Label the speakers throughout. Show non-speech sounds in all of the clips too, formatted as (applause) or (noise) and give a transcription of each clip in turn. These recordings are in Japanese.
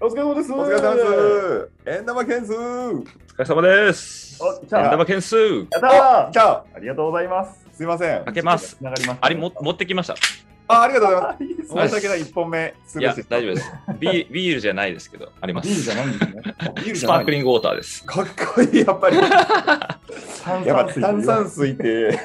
Speaker 1: お疲れ様です。
Speaker 2: お疲れ様です。円玉件数。
Speaker 3: お疲れ様です。
Speaker 1: お来た
Speaker 3: 円玉件数
Speaker 1: やった
Speaker 2: あ、
Speaker 1: ー
Speaker 2: 来た。
Speaker 1: ありがとうございます。
Speaker 2: すいません。
Speaker 3: 開けます。
Speaker 1: 繋がりました。
Speaker 3: あれも持ってきました。
Speaker 2: あ、ありがとうございま
Speaker 1: あいいです
Speaker 2: す。
Speaker 1: ね。
Speaker 2: 申し訳ない一本目。す
Speaker 3: い
Speaker 2: ぐ
Speaker 3: や
Speaker 2: し、
Speaker 3: 大丈夫です。
Speaker 1: (laughs)
Speaker 3: ビービールじゃないですけど、あります。
Speaker 1: ビールじゃないんですね。
Speaker 2: ビール
Speaker 3: ス
Speaker 2: じ
Speaker 3: パ
Speaker 2: ゃ
Speaker 3: ーク
Speaker 2: ない。
Speaker 3: リングウォーターです。
Speaker 2: かっこいいやっ
Speaker 3: (laughs)
Speaker 2: ぱり。や
Speaker 1: 炭
Speaker 2: っぱ炭酸水って。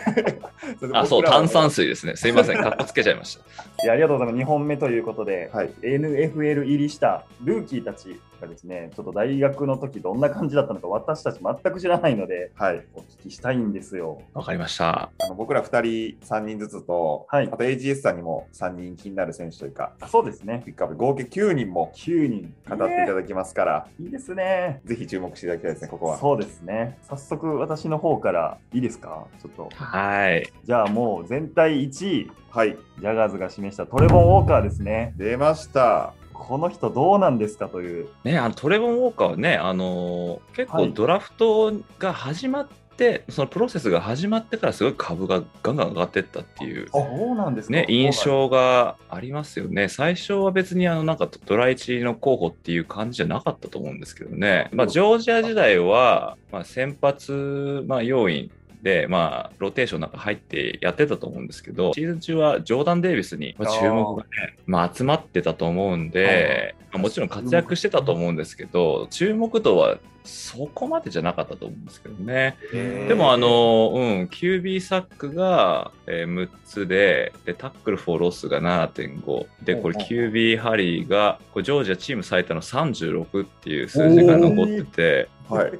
Speaker 3: あ、そう、炭酸
Speaker 2: 水。
Speaker 3: 水ですね。すいません、かっこつけちゃいました。
Speaker 1: いやありがとうございます。2本目ということで、
Speaker 2: はい。
Speaker 1: NFL 入りしたルーキーたちがですね、ちょっと大学の時どんな感じだったのか私たち全く知らないので、
Speaker 2: はい。
Speaker 1: お聞きしたいんですよ。
Speaker 3: わかりました。
Speaker 2: あの僕ら二人三人ずつと、
Speaker 1: はい
Speaker 2: あと AGS さんにも三人気になる選手というか、
Speaker 1: あそうですね。
Speaker 2: ピックアップ合計九人も
Speaker 1: 9人。
Speaker 2: 語っていただきますから、
Speaker 1: いいですね。
Speaker 2: ぜひ注目していただきたいですね。ここは。
Speaker 1: そうですね。早速私の方からいいですかちょっと。
Speaker 3: はい。
Speaker 1: じゃあもう全体1位、
Speaker 2: はい。
Speaker 1: ジャガーズが示したトレボン・ウォーカーですね。
Speaker 2: 出ました。
Speaker 1: この人どうなんですかという。
Speaker 3: ね、あのトレボン・ウォーカーはね、あのー結
Speaker 1: は
Speaker 3: 構
Speaker 1: い
Speaker 3: ドラフトが始まって、そのプロセスが始まってからすごい株がガンガン上がってったっていう。
Speaker 1: そうなんですか
Speaker 3: ね、印。象がありますよね。最初は別にあのなんかドラ1の候補っていう感じじゃなかったと思うんですけどね。まあ、ジョージア時代は、まあ、先発、まあ、要員で、まあ、ローテーションなんか入ってやってたと思うんですけど、シーズン中はジョーダン・デイビスにまあ
Speaker 1: あー
Speaker 3: 注目がね、まあ、集まってたと思うんで、まあもちろん活躍してたと思うんですけど、注目度はそこまでじゃなかったと思うんですけどね。
Speaker 1: へー
Speaker 3: でもあの、うん、QB サックが、えー6つでで、タックルフォーロスが7.5、で、これ
Speaker 1: うんうん
Speaker 3: QB ハリーが、これジョージアチーム最多の36っていう数字が残ってて、
Speaker 2: はい。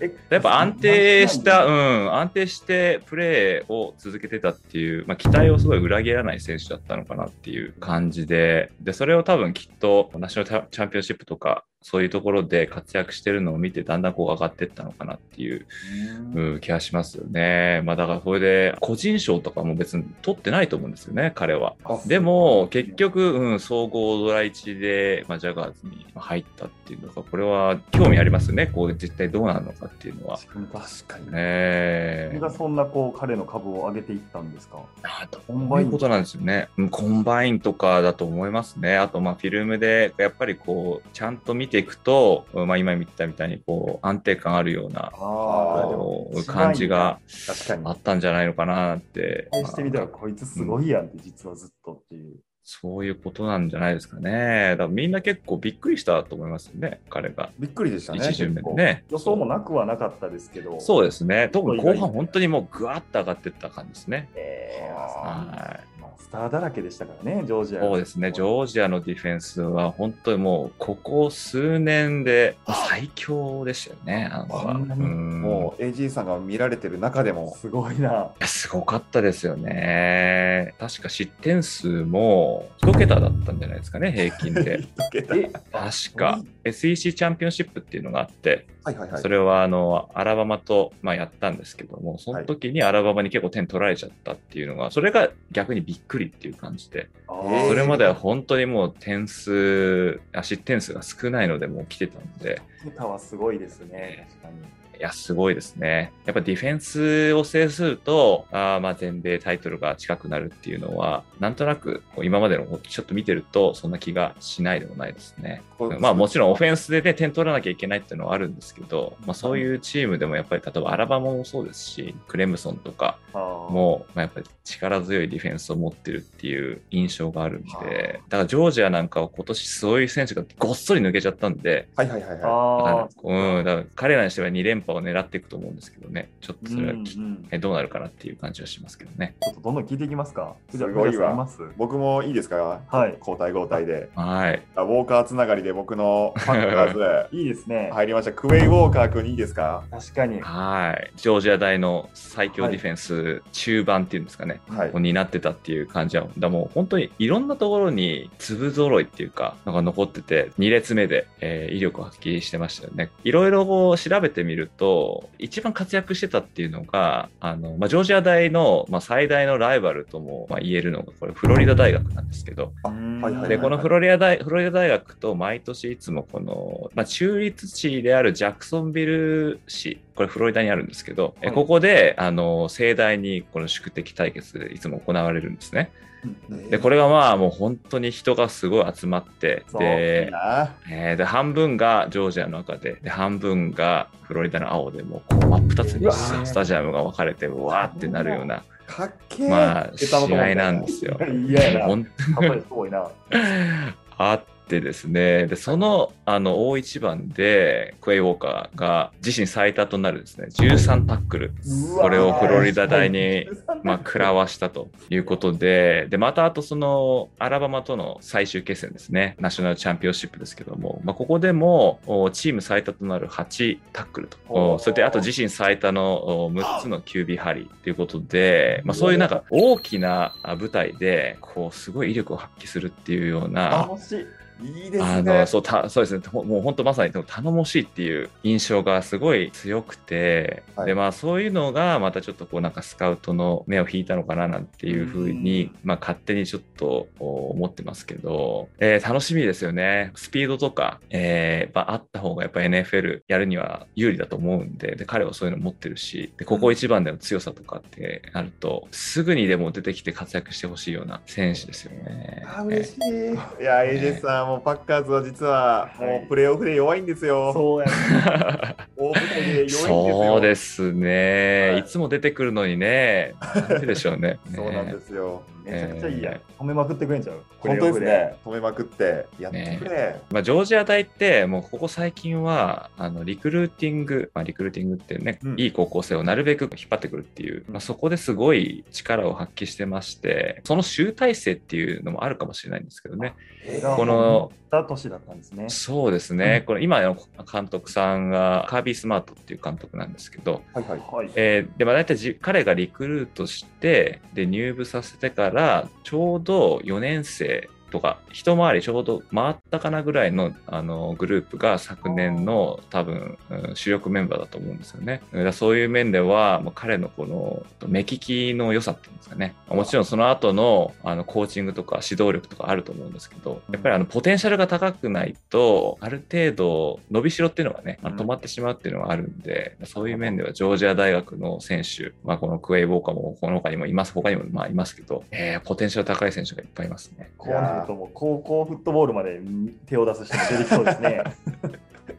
Speaker 1: え
Speaker 3: やっぱ安定した、う
Speaker 1: うん
Speaker 3: ん、安定してプレーを続けてたっていう、まあ、期待をすごい裏切らない選手だったのかなっていう感じで、で、それを多分きっとナショナルチャンピオンシップとか、そういうところで活躍してるのを見て、だんだんこう上がってったのかなっていううん、気がしますよね。まあだからこれで個人賞とかも別に取ってないと思うんですよね、彼は。
Speaker 2: あ
Speaker 3: でも結局、うん、総合ドラ1で、まあ、ジャガーズに入ったっていうのが、これは興味ありますね、こう実態どうなのかっていうのは。
Speaker 1: 確か
Speaker 2: 確かに
Speaker 3: ね
Speaker 2: ね。
Speaker 3: え
Speaker 1: に。がそんなこう彼の株を上げていったんですか。
Speaker 3: あど
Speaker 1: コン
Speaker 3: う
Speaker 1: バ
Speaker 3: い
Speaker 1: イ
Speaker 3: う
Speaker 1: ン
Speaker 3: ことなんですよね。うんコンバインとかだと思いますね。あと、まあ、フィルムで、やっぱりこう、ちゃんと見ていくと、うんまあ、今見たみたいに、こう、安定感あるような、あ
Speaker 2: あー
Speaker 3: の感じが。
Speaker 2: 確かに
Speaker 3: あ。ったんじゃないのかなって。
Speaker 1: 期待してみたらこいつすごいやんって実はずっとっていう。
Speaker 3: そういうことなんじゃないですかね。だからみんな結構びっくりしたと思いますよね、彼が。
Speaker 2: びっくりでしたね。
Speaker 3: 一巡目でね。
Speaker 1: 予想もなくはなかったですけど。う。
Speaker 3: そうですね。特に
Speaker 1: 意外
Speaker 3: 後
Speaker 1: に
Speaker 3: 半、本当にもうぐわっと上がってった感じですね。
Speaker 1: えー
Speaker 3: は
Speaker 1: まあスターだらけでしたからね、ジョージ
Speaker 3: い。
Speaker 1: ア。
Speaker 3: そうですね。ジョージアのディフェンスは、本当にもう、ここ数年で最強でしたよね、あの子は
Speaker 1: あんなに
Speaker 3: うん
Speaker 2: もう AG さんが見られてる中でも、
Speaker 1: すごいな。
Speaker 3: いやすごかったですよね。確か失点数も1桁だったんじゃないですかね、平
Speaker 1: (laughs)
Speaker 3: 均で。
Speaker 1: え、
Speaker 3: 確か SEC チャンピオンシップっていうのがあって、
Speaker 2: はいはいはい
Speaker 3: そ。れはあのアラバマと、まあ、やったんですけども、その時にアラバマに結構点取られちゃったっていうのが、それが逆にびっくりっていう感じで、
Speaker 1: あ
Speaker 2: えー
Speaker 1: ー
Speaker 3: それまでは本当にもう点数、あ失点数が少ないので、もう来てたので、
Speaker 1: 桁はすごいですね。確かに。
Speaker 3: いや、すごいですね。やっぱディフェンスを制すると、あーまあ全米タイトルが近くなるっていうのは、なんとなくこう今までのをちょっと見てると、そんな気がしないでもないですね。
Speaker 2: こう
Speaker 3: まあもちろんオフェンスで、ね、点取らなきゃいけないっていうのはあるんですけど、まあ、そういうチームでもやっぱり例えばアラバマもそうですしクレムソンとか
Speaker 1: も
Speaker 3: も、まあ、やっぱり力強いディフェンスを持ってるっていう印象があるんでだからジョージアなんかは今年そういう選手がごっそり抜けちゃったんで
Speaker 2: はいはいはいは
Speaker 1: あ
Speaker 3: だか
Speaker 1: ー
Speaker 3: ら,、うん、だから彼らにしては2連覇を狙っていくと思うんですけどねちょっと
Speaker 1: う
Speaker 3: そ
Speaker 1: んう
Speaker 3: れは
Speaker 1: ん、
Speaker 3: き、
Speaker 1: ちょ
Speaker 3: えどうなるかなっていう感じはしますけどね。
Speaker 1: っとどんどん聞いていきますか。
Speaker 2: すごいわ
Speaker 1: 藤田さんます
Speaker 2: い。僕もいいですか
Speaker 1: はい。
Speaker 2: 交代交代で。
Speaker 3: はい、
Speaker 2: あウォーカーつながりで僕のファンから
Speaker 3: (laughs)
Speaker 2: ず
Speaker 1: いいですね。
Speaker 2: 入りました。クウェイウォーカー君いいですか
Speaker 1: 確かに。
Speaker 3: はい、ジョージア大の最強ディフェンス中盤っていうんですかね、
Speaker 2: はい。
Speaker 3: になってたっていう感じは、だからもう本当にいろんなところに粒揃いっていうか、なんか残ってて、2列目で、えー威力を発揮してましたよね。いろいろこう調べてみると、一番活躍してたっていうのが、あの、まあ、ジョージア大の、まあ、最大のライバルとも、まあ、言えるのが、これフロリダ大学なんですけど、
Speaker 1: うん
Speaker 2: はいはい
Speaker 3: で、このフロリダ大、フロリダ大学と毎年いつもこの、まあ、中立地であるジャクソンビル市、これフロリダにあるんですけど、え
Speaker 1: はい
Speaker 3: ここで、あの、盛大にこの宿敵対決でいつも行われるんですね。で、これがまあもう本当に人がすごい集まって、
Speaker 1: そう
Speaker 2: れいい
Speaker 3: で、
Speaker 2: な。
Speaker 3: えーで半分がジョージアの赤で、で半分がフロリダの青でもうこう真っ二つ
Speaker 2: う
Speaker 3: に
Speaker 2: わ
Speaker 3: スタジアムが分かれて、うわーってなるような、
Speaker 2: かっけえ。
Speaker 3: まあ、
Speaker 2: 下
Speaker 3: 試
Speaker 2: 手のとこみた
Speaker 3: 合
Speaker 2: いな
Speaker 3: なん
Speaker 2: (laughs)
Speaker 3: ですよ。
Speaker 1: 嫌やな。
Speaker 3: 本
Speaker 1: 例えすごいな。
Speaker 3: あってですね、でそのあの大一番でクエイウォーカーが自身最多となるですね13タックル、
Speaker 1: うわ
Speaker 3: これをフロリダ大に (laughs)
Speaker 1: (laughs)
Speaker 3: まあ、
Speaker 1: あ、
Speaker 3: 食らわしたということで、でまたあとそのアラバマとの最終決戦ですね、ナショナルチャンピオンシップですけども、まあ、ここでもおチーム最多となる8タックルと、
Speaker 1: おー
Speaker 3: おそれであと自身最多のお6つの QB ハリーということで、まあ、そういうなんか大きなあ舞台で、こうすごい威力を発揮するっていうような。
Speaker 1: 楽しい。
Speaker 2: いいで
Speaker 3: あ
Speaker 2: すね
Speaker 3: の。そうたそうですね、ほもう本当まさに頼もしいっていう印象がすごい強くて、
Speaker 2: はい
Speaker 3: でまあ、そういうのがまたちょっとこうなんかスカウトの目を引いたのかななんていうふうに
Speaker 2: うん
Speaker 3: まあ、勝手にちょっとお思ってますけど、えー楽しみですよね、スピードとか、えーまあ、あった方がやっぱ NFL やるには有利だと思うんで、で彼はそういうの持ってるしで、ここ一番での強さとかってなると、すぐにでも出てきて活躍してほしいような選手ですよね。
Speaker 2: あ嬉しい。いや、エイジェスさん、もうパッカーズは実は、
Speaker 1: はい
Speaker 2: もうプレーオフで弱いんですよ。
Speaker 1: そうやね。
Speaker 2: 大舞台で弱いんですよ。
Speaker 3: そうですね、
Speaker 2: はい。
Speaker 3: い、つも出てくるのにね、なんででしょうね。
Speaker 2: (laughs) そうなんですすよ。
Speaker 1: めちゃくちゃいいやん
Speaker 3: え。
Speaker 1: 褒めまくってくれんちゃう。
Speaker 2: プレーオフ。止めまくって、やってくれ。
Speaker 3: まあ、ジョージア大って、もうここ最近は、あのリクルーティング、まあ、リクルーティングってね、
Speaker 2: うん
Speaker 3: いい高校生をなるべく引っ張ってくるっていう、まあ、そこですごい力を発揮してまして、その集大成っていうのもあるかもしれないんですけどね、
Speaker 2: え
Speaker 1: あ
Speaker 3: この、
Speaker 1: た年だったんですね。
Speaker 3: そうですね、この今の監督さんが、カービー・スマートっていう監督なんですけど、
Speaker 2: はいはい。
Speaker 1: はい。
Speaker 3: えーでまあ、大体じ彼がリクルートしてで入部させてからちょうど4年生とか一回りちょうど回ったかなぐらいのあのグループが昨年の多分、うん主力メンバーだと思うんですよね。だからそういう面ではもう彼のこの目利きの良さっていうんですかねもちろんその後のあのコーチングとか指導力とかあると思うんですけどやっぱりあのポテンシャルが高くないとある程度伸びしろっていうのがねあの
Speaker 2: うん
Speaker 3: 止まってしまうっていうのがあるんで、そういう面ではジョージア大学の選手、まあ、このクエイ・ウォーカーもこの他にもいます他にもまあいますけど、えーポテンシャル高い選手がいっぱいいますね。
Speaker 1: こうなるともう高校フットボールまで手を出す人も出てきそうですね。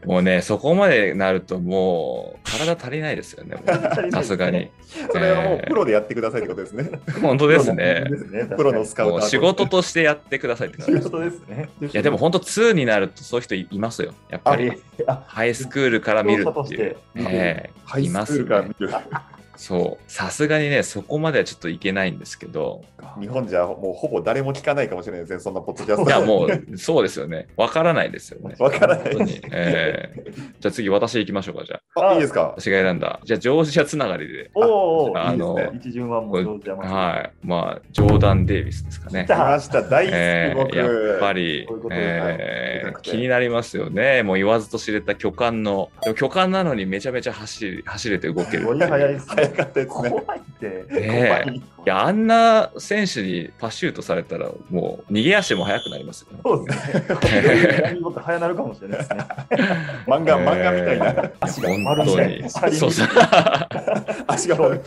Speaker 3: もうねそこまでなるともう体足りないですよねもう (laughs) さすがに。
Speaker 2: (laughs) それはもうプロでやってくださいってことですね。
Speaker 3: 本当ですね。
Speaker 2: (laughs) プロのスカウタ
Speaker 3: も
Speaker 2: ー
Speaker 3: う
Speaker 2: と
Speaker 3: 仕事としてやってくださいって感じ
Speaker 1: 仕
Speaker 3: です
Speaker 1: 事ですね。い
Speaker 3: いやでも、本当2になるとそういう人いますよ。やっぱり
Speaker 1: あ、
Speaker 3: ハイスクールから見る
Speaker 1: 強さと
Speaker 3: って
Speaker 1: し
Speaker 3: いう
Speaker 1: て。見てる
Speaker 3: ええ
Speaker 2: ハイ
Speaker 3: い
Speaker 2: スク
Speaker 3: ます
Speaker 2: ールから見る。
Speaker 3: そう。さすがにね、そこまではちょっといけないんですけ
Speaker 1: (laughs)
Speaker 3: ど、
Speaker 2: 日本じゃもうほぼ誰も聞かないかもしれないですね、そんなポッドキャスト。
Speaker 3: いやもう、そうですよね。わからないですよね。
Speaker 2: わからない
Speaker 3: 本当に。ええじゃあ次、私行きましょうか、じゃあ。
Speaker 2: あいいですか
Speaker 3: 私が選んだ。じゃあ、ジョージアつながりで。
Speaker 1: おお、
Speaker 3: あ
Speaker 1: いい
Speaker 3: の
Speaker 1: ですね一巡はもう上手やもん
Speaker 3: はい。まあ、ジョーダン・デイビスですかね
Speaker 1: (laughs) 来。た
Speaker 2: 来ました、大
Speaker 3: え
Speaker 2: 好き、僕。
Speaker 3: えやっぱり
Speaker 1: こういうこ、と
Speaker 3: え
Speaker 2: はい
Speaker 3: え気になりますよね。もう言わずと知れた巨漢の、でも巨漢なのにめちゃめちゃ走り走れて動け
Speaker 1: す (laughs)
Speaker 3: るって
Speaker 1: ご
Speaker 3: う。
Speaker 1: い早いです
Speaker 2: 早
Speaker 1: ね。
Speaker 2: かったですね。
Speaker 1: 怖いって。
Speaker 3: ねえ
Speaker 1: 怖い
Speaker 3: いや、あんな選手にパシュートされたら、もう逃げ足も速くなりますよね。
Speaker 1: そうですね。何もっと早なるかもしれないですね。
Speaker 2: 漫画、漫画みたいな。
Speaker 1: 足が丸
Speaker 3: 本
Speaker 1: み
Speaker 3: 当
Speaker 1: たい
Speaker 3: に。
Speaker 1: な。
Speaker 3: そうそう。
Speaker 2: 足が悪い。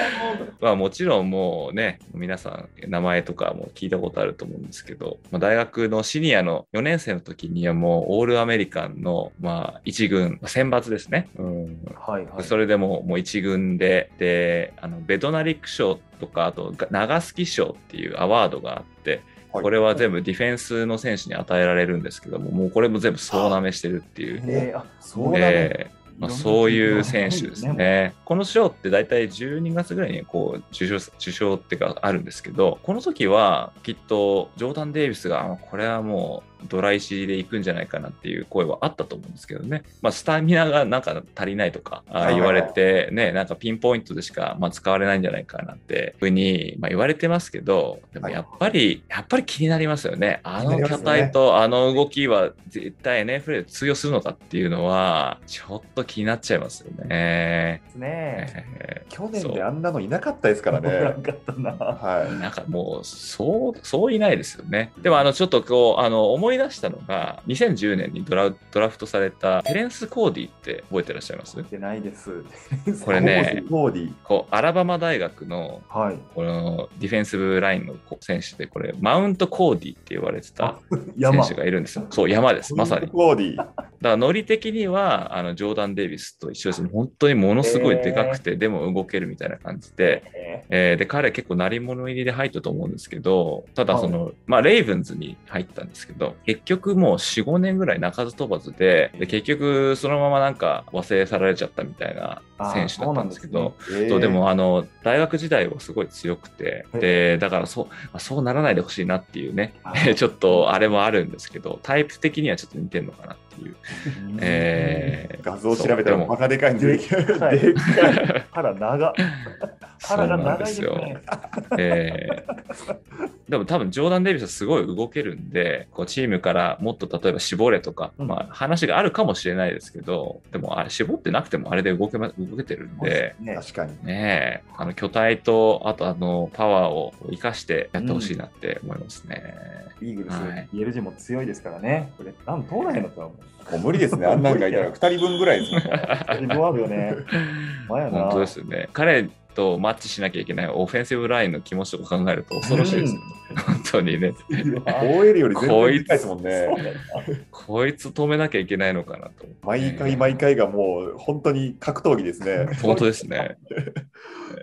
Speaker 3: (laughs) まあもちろんもうね、皆さん名前とかも聞いたことあると思うんですけど、まあ、大学のシニアの4年生の時にはもうオールアメリカンの、まあ一軍、まあ選抜ですね。うん
Speaker 1: はいはい。
Speaker 3: それでもうもう一軍で、で、あのベドナリック賞とか、あと長月賞っていうアワードがあって、
Speaker 2: はい
Speaker 3: これは全部ディフェンスの選手に与えられるんですけども、もうこれも全部総なめしてるっていう。
Speaker 1: えーあ
Speaker 2: そうな
Speaker 1: だね
Speaker 2: んだ
Speaker 3: えーまあ、そういう選手です。ね。この賞って大体12月ぐらいにこう受賞受賞っていうかあるんですけど、この時はきっとジョーダン・デイビスがあこれはもうドライシーで行くんじゃないかなっていう声はあったと思うんですけどね。まあ、スタミナがなんか足りないとかあ
Speaker 2: はい
Speaker 3: 言われて、ね、なんかピンポイントでしかまあ使われないんじゃないかなってふうにまあ言われてますけど、でもやっぱり、やっぱり気になりますよね。あの巨体とあの動きは絶対 NFL で通用するのかっていうのは、ちょっと気になっちゃいますよね。
Speaker 1: ね
Speaker 3: え
Speaker 2: 去年であんなのいなかったですから
Speaker 1: え。な
Speaker 2: ね。
Speaker 1: かったな。
Speaker 2: は
Speaker 3: ーなんかもう、そう、そういないですよね。でも、あの、ちょっとこう、あの、思思い出したのが、2010年にドラドラフトされたテレンス・コーディって覚えてらっしゃいます
Speaker 1: てないです。
Speaker 3: これね
Speaker 2: コーディ。
Speaker 3: こうアラバマ大学の
Speaker 1: はい。
Speaker 3: このディフェンスブラインのこう選手で、これ、マウント・コーディって言われてた選
Speaker 1: 山。
Speaker 3: 手がいるんですよ。そう、山です、まさに。だか
Speaker 2: コーディ。
Speaker 3: ら、ノリ的にはあのジョーダン・デイビスと一緒ですね。本当にものすごいでかくて、でも動けるみたいな感じで、
Speaker 1: え
Speaker 3: えーで彼結構鳴り物入りで入ったと思うんですけどただその、
Speaker 1: は
Speaker 3: まあ、レイブンズに入ったんですけど結局もう45年ぐらい鳴かず飛ばずでで結局そのままなんか忘れ去られちゃったみたいな
Speaker 1: あー
Speaker 3: 選手だったんですけ
Speaker 1: そうなん
Speaker 3: ど
Speaker 2: え
Speaker 3: (laughs) そう
Speaker 2: ー
Speaker 3: で,、もあの大学時代はすごい強くてでだからそう,、まあそうならないでほしいなっていうね
Speaker 1: ー
Speaker 3: (laughs) ちょっとあれもあるんですけどタイプ的にはちょっと似てるのかなっていう。えー
Speaker 2: 画像調べたら
Speaker 3: そうでも
Speaker 2: バカでかいん
Speaker 1: で
Speaker 2: で。
Speaker 1: っかい
Speaker 2: でっかい。
Speaker 1: 腹長。
Speaker 3: そう
Speaker 1: 腹が
Speaker 3: なん
Speaker 1: 長い
Speaker 3: で
Speaker 1: です
Speaker 3: すよ。
Speaker 1: ね。
Speaker 3: えーでも多分ジョーダン・デイビスはすごい動けるんでこうチームからもっと例えば絞れとか、
Speaker 1: うん
Speaker 3: まあ、話があるかもしれないですけどでもあれ絞ってなくてもあれで動け,、ま、動けてるんで。
Speaker 1: ね
Speaker 2: (laughs) 確かに。
Speaker 3: ねえあの巨体とあとあのパワーを生かしてやってほしいなって思いますね。
Speaker 1: イーグルス、
Speaker 3: はい
Speaker 1: イエルジも強いですからね。これ、なん通らへんのか
Speaker 3: (laughs)
Speaker 1: も
Speaker 2: もう無理ですね。あんなんがいたら2人分ぐらいですもん。
Speaker 1: う。リボあるよね。まやな。
Speaker 3: 本当ですよね彼とマッチしなきゃいけないオフェンシブラインの気持ちとか考えると恐ろしいですよね、本当にね。
Speaker 2: OL より全然でかいですもん
Speaker 1: そう
Speaker 2: ね。
Speaker 1: だよ
Speaker 3: こいつ止めなきゃいけないのかなと思って。
Speaker 2: 毎回毎回がもう本当に格闘技ですね。
Speaker 3: 本当ですね。
Speaker 1: な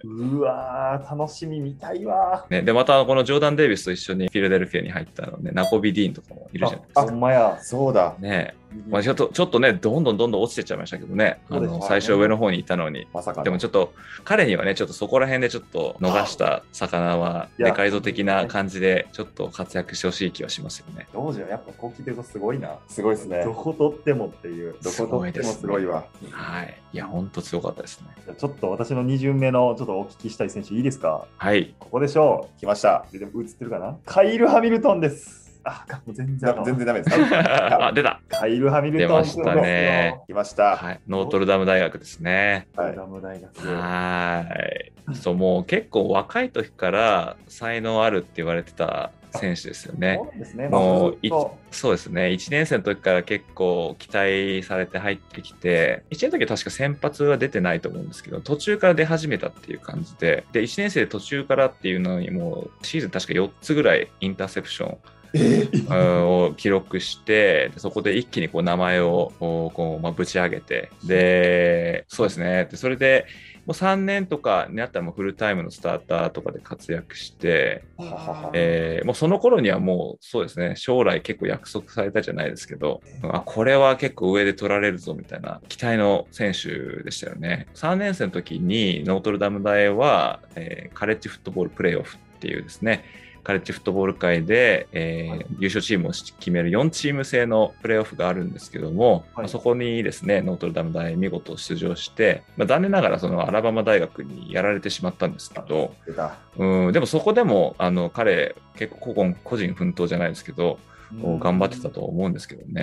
Speaker 1: うわー、楽しみ見たいわ
Speaker 3: ねで、またこのジョーダン・デイビスと一緒にフィラデルフィアに入ったのね、ナコビ・ディーンとかもいるじゃないです
Speaker 1: ー。
Speaker 3: か。
Speaker 1: ほんまや。
Speaker 2: そうだ。
Speaker 3: ねまあ、ちょっとちょっとね、どんどんどんどん落ちてっちゃいましたけどね、あ
Speaker 1: そうです
Speaker 3: の
Speaker 1: ね
Speaker 3: 最初上の方にいたのに。
Speaker 2: まさかの。
Speaker 3: でもちょっと彼にはね、ちょっとそこら辺でちょっと逃した魚はい
Speaker 1: や
Speaker 3: でかいぞ的な感じで、ちょっと活躍してほしい気はしますよね。
Speaker 1: どうじゃ、やっぱこう聞いてるとすごいな。
Speaker 2: すごいですね。
Speaker 1: ど
Speaker 2: ど
Speaker 1: こ取ってもっていう。
Speaker 2: こ取ってもすごいわ。
Speaker 3: はい。いや、ほんと強かったですね。
Speaker 1: ちょっと私の2巡目のちょっとお聞きしたい選手いいですか
Speaker 3: はい。
Speaker 1: ここでしょ
Speaker 2: 来ました。
Speaker 1: う。ででも映ってるかなカイル・ハミルトンです。あ、もう全然あ
Speaker 2: だ
Speaker 1: の
Speaker 2: 全然ダメです。来
Speaker 3: (laughs) あ、出た。
Speaker 1: カイル・ハミルトン
Speaker 3: 出ましたね
Speaker 2: ました。
Speaker 3: はい。ノートルダム大学ですね。
Speaker 1: プロ
Speaker 2: は
Speaker 1: グ
Speaker 2: い
Speaker 1: ラム大学。
Speaker 3: はい。そう、もう結構若い時から才能あるって言われてた選手ですよね
Speaker 1: そ。うなんですね。
Speaker 3: も
Speaker 1: も
Speaker 3: う
Speaker 1: う
Speaker 3: いそうですね、1年生の時から結構期待されて入ってきて、1年の時は確か先発は出てないと思うんですけど、途中から出始めたっていう感じで、で1年生で途中からっていうのに、もうシーズン確か4つぐらいインターセプションうんを記録してでそこで一気にこう名前をこうこう、まあ、ぶち上げてでそうですねでそれでもう3年とかになったらもうフルタイムのスターターとかで活躍して、
Speaker 2: ははは
Speaker 3: えーもうその頃にはもうそうですね将来結構約束されたじゃないですけどあこれは結構上で取られるぞみたいな期待の選手でしたよね3年生の時にノートルダム大は、えーカレッジフットボールプレーオフっていうですねカレッジフットボール界で、えー優勝チームを決める4チーム制のプレーオフがあるんですけども、
Speaker 1: はい
Speaker 3: まあそこにですねノートルダム大見事出場して、まあ残念ながらそのアラバマ大学にやられてしまったんですけど、
Speaker 2: 出た。
Speaker 3: うん、でもそこでもあの彼結構個々個人奮闘じゃないですけ
Speaker 1: う
Speaker 3: ど、
Speaker 1: ん
Speaker 3: 頑張ってたと思うんですけどね、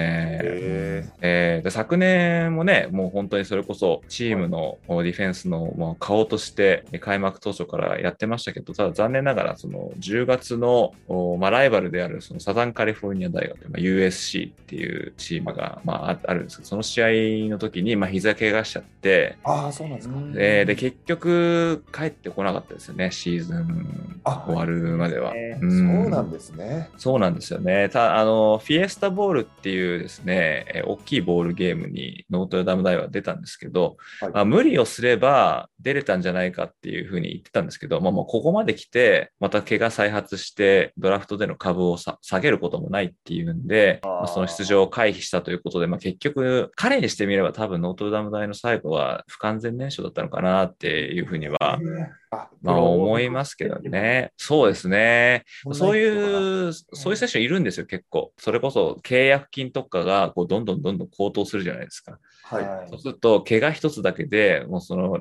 Speaker 2: へ
Speaker 3: えーで昨年もねもう本当にそれこそチームのディフェンスのまあ顔として開幕当初からやってましたけどただ残念ながらその10月の、おまあ、ライバルであるそのサザンカリフォルニア大学、まあ、USC っていうチームが、まああ、あるんですけどその試合の時にまあ膝怪我しちゃって、
Speaker 2: ああ、そうなんですか。
Speaker 3: えーで結局帰ってこなかったですよねシーズン
Speaker 2: あ
Speaker 3: 終わるまでは。
Speaker 1: え
Speaker 3: う
Speaker 2: そうなんですね。
Speaker 3: そうなんですよね。たあのフィエスタボールっていうですね、えー大きいボールゲームにノートルダム大は出たんですけど、
Speaker 2: はい
Speaker 3: まあ、無理をすれば出れたんじゃないかっていうふうに言ってたんですけど、まあ、もうここまで来て、また怪我再発して、ドラフトでの株をさ下げることもないっていうんで、
Speaker 1: あー
Speaker 3: まあその出場を回避したということで、まあ、結局、彼にしてみれば多分ノートルダム大の最後は不完全燃焼だったのかなっていうふうには、
Speaker 2: あ、
Speaker 3: まあ、思いますけどね。そうですね。そう
Speaker 2: う。
Speaker 3: いう、そういう選手いるんですよ、結構。それこそ契約金とかがこうどんどんどんどん高騰するじゃないですか。
Speaker 2: はい。
Speaker 3: そうすると、怪我一つだけでもうその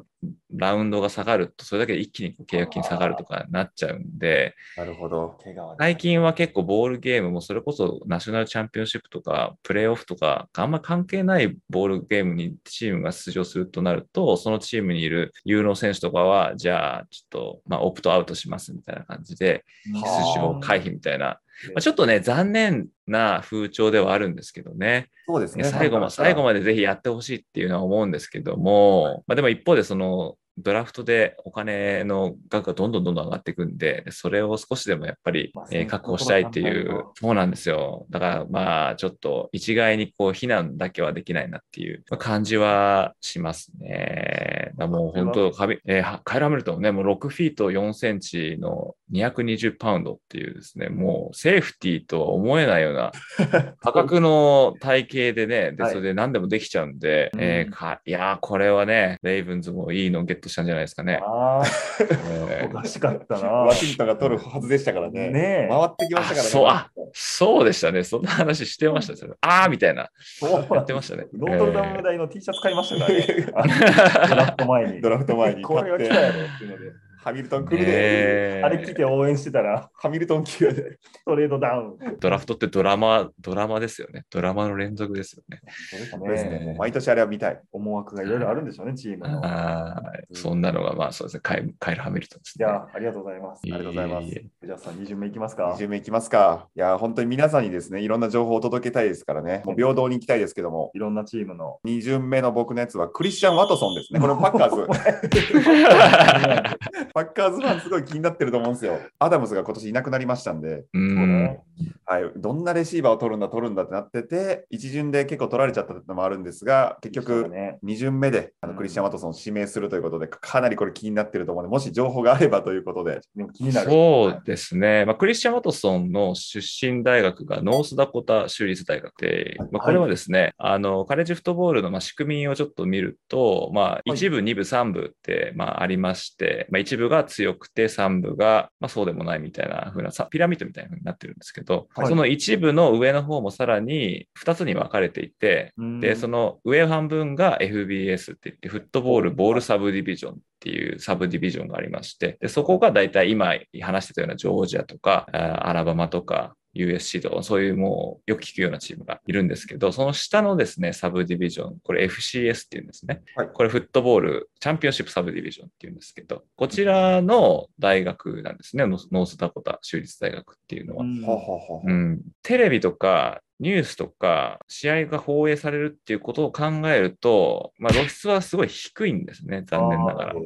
Speaker 3: ラウンドが下がると、それだけで一気に契約金下がるとかなっちゃうんで、
Speaker 2: なるほど。
Speaker 1: 怪我はね
Speaker 3: 最近は結構ボールゲームも、それこそナショナルチャンピオンシップとか、プレーオフとか、あんま関係ないボールゲームにチームが出場するとなると、そのチームにいる有能選手とかは、じゃあ、ちょっと、まあ、オプトアウトしますみたいな感じで、
Speaker 1: 出
Speaker 3: 出場回避みたいなまあ、ちょっとね、残念な風潮ではあるんですけどね。
Speaker 2: そうですね。
Speaker 3: 最後も、最後までぜひやってほしいっていうのは思うんですけども、まあ、でも一方でその、ドラフトでお金の額がどんどんどんどん上がっていくんで、それを少しでもやっぱり
Speaker 1: まあ、
Speaker 3: えー
Speaker 1: そう
Speaker 3: 確保したいってい
Speaker 1: そうう、
Speaker 3: そうなんですよ。だからまあ、ちょっと一概にこう、非難だけはできないなっていうまあ感じはしますね。だからもう本当、カビえーはカイル・ハミルトンもね、もう6フィート4センチの220パウンドっていうですね、もうセーフティーとは思えないような破格の体型でね、で、
Speaker 1: はい
Speaker 3: それで何でもできちゃうんで、
Speaker 2: うん
Speaker 3: えーか、いやー、これはね、レイブンズもいいのゲットしたんじゃないですかね。
Speaker 1: あ
Speaker 3: え
Speaker 1: ー
Speaker 3: ー
Speaker 1: おかしかった
Speaker 2: (laughs)
Speaker 1: な
Speaker 2: ワ。シントンが取るはずでしたからね。
Speaker 1: ねえ
Speaker 2: 回ってきましたから
Speaker 3: あ
Speaker 2: ね。
Speaker 3: そうあそうでしたね。そんな話してました。それあーみたいな。やってましたね。
Speaker 1: ノートルダム大の T シャツ買いましたからね。あのドラフト前に
Speaker 2: (laughs) (laughs) ド。ラフト前に立
Speaker 1: これ
Speaker 2: っ
Speaker 1: は来
Speaker 2: て
Speaker 1: た、やろっていうので。
Speaker 2: ハミルトン来
Speaker 3: えー
Speaker 2: るで、
Speaker 3: ねえ
Speaker 1: あれ来て応援してたら、
Speaker 2: ハミルトン級で。
Speaker 1: ストレートダウン。
Speaker 3: ドラフトってドラマ、ドラマですよね。ドラマの連続ですよね。
Speaker 2: そうですね。
Speaker 3: え
Speaker 2: もう毎年あれは見たい。
Speaker 1: 思惑がいろいろあるんでしょうね、チームの。
Speaker 3: あーそんなのが、まあそうですね。カイカイル・ハミルトンです
Speaker 1: じ
Speaker 3: ね。
Speaker 1: ゃあ、ありがとうございます。
Speaker 2: ありがとうございます
Speaker 3: えー
Speaker 1: じゃあさん、2巡目いきますか
Speaker 2: 2。巡目いきますか。いや、本当に皆さんにですね、いろんな情報を届けたいですからね。もう平等に行きたいですけども。
Speaker 1: いろんなチームの。
Speaker 2: 2巡目の僕のやつはクリスチャン・ワトソ
Speaker 1: (laughs)
Speaker 2: ンですね。これもパッカーズ。パッカーズファンすごい気になってると思うんですよ。アダムズが今年いなくなりましたんで、
Speaker 3: うん。
Speaker 2: はい、どんなレシーバーを取るんだ、取るんだってなってて、1巡で結構取られちゃったってのもあるんですが、結
Speaker 1: そうだ
Speaker 2: 局、
Speaker 1: ね、
Speaker 2: 2巡目であの
Speaker 1: うん
Speaker 2: クリスチャン・ワトソンを指名するということで、かなりこれ気になってると思うので、もし情報があればということで、
Speaker 1: でも気になる。
Speaker 3: そうですね、まあ、クリスチャン・ワトソンの出身大学がノースダコタ州立大学で、まあ、これはですね、あのカレッジフットボールのまあ仕組みをちょっと見ると、まあ、1部、2部、3部ってまあありまして、まあ、1部が強くて、3部がまあそうでもないみたいな風なさピラミッドみたいな風になってるんですけど、
Speaker 1: はい
Speaker 3: その1部の上の方もさらに2つに分かれていて、
Speaker 1: うん
Speaker 3: で、その上半分が FBS って言って、フットボールボールサブディビジョンっていうサブディビジョンがありまして、でそこが大体今話してたようなジョージアとか、あーアラバマとか、USC とか、そういうもうよく聞くようなチームがいるんですけど、その下のですね、サブディビジョン、これ FCS っていうんですね。
Speaker 2: はい
Speaker 3: これフットボールチャンピオンシップサブディビジョンっていうんですけど、こちらの大学なんですね、ノーノースダコタ州立大学っていうのは。
Speaker 1: うん
Speaker 2: ほうほうほう
Speaker 3: うん、テレビとかニュースとか試合が放映されるっていうことを考えると、まあ、露出はすごい低いんですね、残念ながら
Speaker 1: (laughs) あー。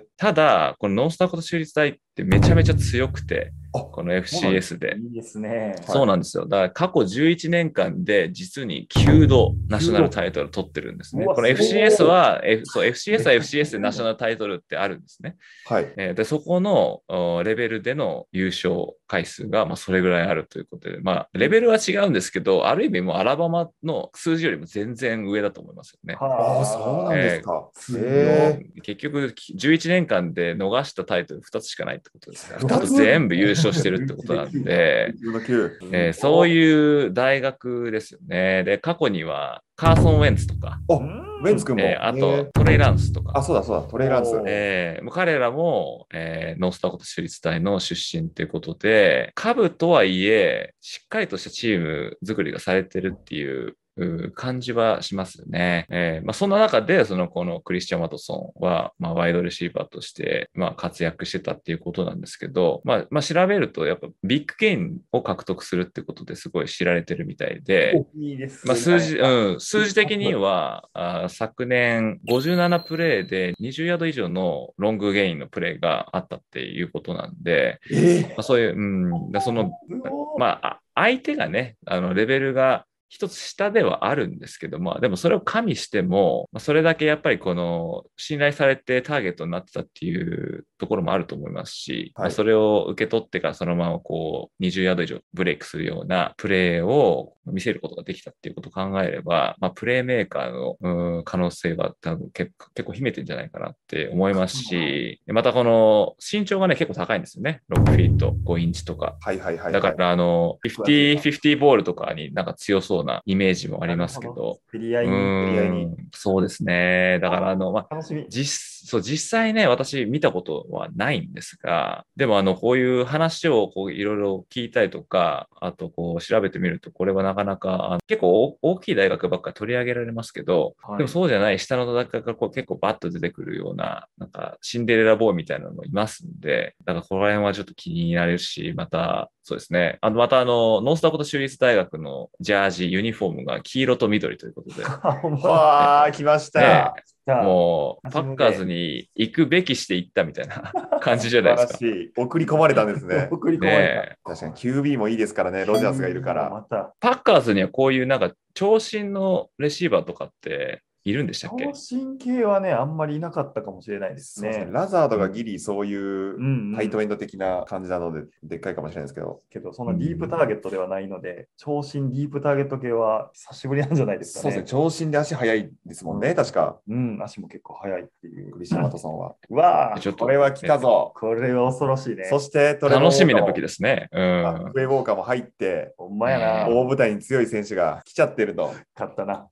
Speaker 2: へ
Speaker 3: ただ、このノースターコート州立大ってめちゃめちゃ強くて、
Speaker 2: あ
Speaker 3: この FCS で。
Speaker 1: いいですね。
Speaker 2: す
Speaker 3: そうなんですよ。だから過去11年間で実に9度ナショナルタイトルを取ってるんですね。
Speaker 1: うわ
Speaker 3: この
Speaker 1: すごい
Speaker 3: FCS は、F- そう、FCS は FCS でナショナルタイトルってあるんですね。
Speaker 2: ーはい。
Speaker 3: えーでそこのおレベルでの優勝回数が、まあ、それぐらいあるということで、まあ、レベルは違うんですけど、ある意味もうアラバマの数字よりも全然上だと思いますよね。
Speaker 2: あ
Speaker 1: は
Speaker 2: あ、そうなんですか。
Speaker 1: えー
Speaker 2: へー
Speaker 3: 結局、き11年間で逃したタイトル2つしかないってことですから、
Speaker 2: 二つ
Speaker 3: 2つ全部優勝してるってことなんで、
Speaker 2: (laughs) 9の9
Speaker 3: えーそういう大学ですよね。で、過去にはカーソン・ウェンツとか、
Speaker 2: あ
Speaker 1: う
Speaker 2: ウ
Speaker 1: ん
Speaker 2: ェンツ君も。
Speaker 3: えーあ
Speaker 2: へ
Speaker 3: と
Speaker 2: ー
Speaker 3: トレイ・ランスとか
Speaker 2: あ、、そうだそうだ、トレイランス。
Speaker 1: おー
Speaker 3: えーもう彼らも、えーノースタコタ州立大の出身ということで、下部とはいえ、しっかりとしたチーム作りがされてるっていう、うー感じはしますよね。えーまあ、そんな中で、その、このクリスチャン・ワトソンは、まあ、ワイドレシーバーとして、まあ、活躍してたっていうことなんですけど、まあ、まあ、調べると、やっぱ、ビッグゲインを獲得するってことですごい知られてるみたいで、
Speaker 1: いいですね。
Speaker 3: まあ、数字、うん、数字的には、あー昨年57プレーで20ヤード以上のロングゲインのプレーがあったっていうことなんで、
Speaker 2: え
Speaker 3: まあ、そういう、うん、だその、
Speaker 1: すごい
Speaker 3: まあ、あ相手がね、あの、レベルが一つ下ではあるんですけど、まあ、でもそれを加味しても、まあそれだけやっぱりこの、信頼されてターゲットになってたっていうところもあると思いますし、
Speaker 2: はい
Speaker 3: まあそれを受け取ってからそのままこう、20ヤード以上ブレイクするようなプレーを見せることができたっていうことを考えれば、まあ、プレーメーカーのうん可能性は多分結構結構秘めてんじゃないかなって思いますし、またこの身長がね、結構高いんですよね。6フィート、5インチとか。
Speaker 2: はいはいはいはい。
Speaker 3: だから、あの、50、50ボールとかになんか強そうなイメージもありますけ
Speaker 1: なるほ
Speaker 3: ど。
Speaker 1: 振り合
Speaker 3: う
Speaker 1: いに。
Speaker 2: り合い
Speaker 3: ー
Speaker 2: に
Speaker 3: ん、そうですね。だから、あの、まあ、
Speaker 1: 楽しみ。
Speaker 3: 実、そう、実際ね、私見たことはないんですが、でもあの、こういう話をこういろいろ聞いたりとか、あとこう調べてみると、これはなかなか、あの結構大大きい大学ばっかり取り上げられますけど、
Speaker 1: はい
Speaker 3: でもそうじゃない下の大学がこう結構バッと出てくるような、なんかシンデレラボーイみたいなのもいますんで、だからここら辺はちょっと気になるし、また、そうですね。あの、またあの、ノースダコタ州立大学のジャージ、ユニフォームが黄色と緑ということで、
Speaker 2: わあ、来ました。
Speaker 3: ね
Speaker 1: じゃあ
Speaker 3: もう、
Speaker 1: 初
Speaker 3: パ
Speaker 1: めて。
Speaker 3: ッカーズに行くべきして行ったみたいな (laughs) 感じじゃ
Speaker 2: 素
Speaker 3: ない
Speaker 2: 晴
Speaker 3: です
Speaker 2: ら
Speaker 3: か。
Speaker 2: しい。送り込まれたんですね
Speaker 1: 送り込まれ
Speaker 3: ねえ
Speaker 2: (laughs) 確かに QB もいいですからね、
Speaker 1: た。
Speaker 2: ロジャースがいるか
Speaker 1: ま
Speaker 2: ら。
Speaker 1: た、
Speaker 3: パッカーズにはこういうなんか、長身のレシーバーとかっているんでしたっけ
Speaker 1: 長身系はね、あんまりいなかったかもしれないです
Speaker 2: そうですね
Speaker 1: ね。
Speaker 2: ラザードがギリそういう
Speaker 1: うんうん
Speaker 2: タイトエンド的な感じなので、でっかいかもしれないですけど、
Speaker 1: けど、そんなディープターゲットではないので、長身ディープターゲット系は久しぶりなんじゃないです
Speaker 2: そ
Speaker 1: か
Speaker 2: うです
Speaker 1: ね
Speaker 2: ね、。長身で足速いですもんね、確か、
Speaker 1: うん、足も結構速いっていう。
Speaker 2: クリシャマトソンは。
Speaker 1: うわあ
Speaker 3: ちょっ
Speaker 2: (laughs)
Speaker 3: と
Speaker 2: これは来たぞ。
Speaker 1: これは恐ろしいね。
Speaker 2: そしてトレ
Speaker 3: 楽しみな武器
Speaker 2: で
Speaker 3: ですね。うん。
Speaker 2: ウェイウォーカーも入って、
Speaker 1: ほんまやな、
Speaker 2: 大舞台に強い選手が来ちゃってると。
Speaker 1: 勝ったな。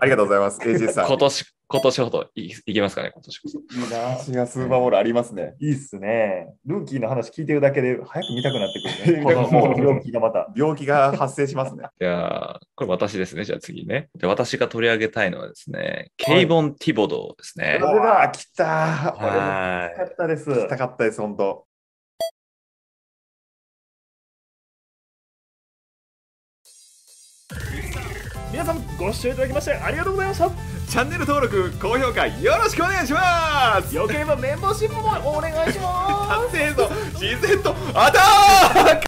Speaker 2: ありがとうございます、AJ さん。
Speaker 3: 今年、今年ほどいいけますかね、今年こそ。
Speaker 1: いいな。
Speaker 2: (laughs) 私がスーパーボールありますね。
Speaker 1: いいっすね。ルーキーの話聞いてるだけで早く見たくなってくるね。
Speaker 2: (laughs) 見
Speaker 1: こ
Speaker 2: たく
Speaker 1: の
Speaker 2: なる
Speaker 1: もうルーキーがまた。
Speaker 2: 病気が発生しますね。
Speaker 3: じゃあ、これ私ですね。じゃあ次ね。で私が取り上げたいのはですね、ケイボン・ティボドーですね
Speaker 1: う。わ
Speaker 2: あ、来た。これも
Speaker 3: は
Speaker 1: よかったです。
Speaker 2: 来たかったです、本当。
Speaker 1: 皆さんご視聴いただきましてありがとうございました。
Speaker 2: チャンネル登録、高評価よろしくお願いしま
Speaker 1: (laughs)
Speaker 2: す
Speaker 1: よければメンバーシップもお願いします。
Speaker 2: 達成ぞ自然とアタック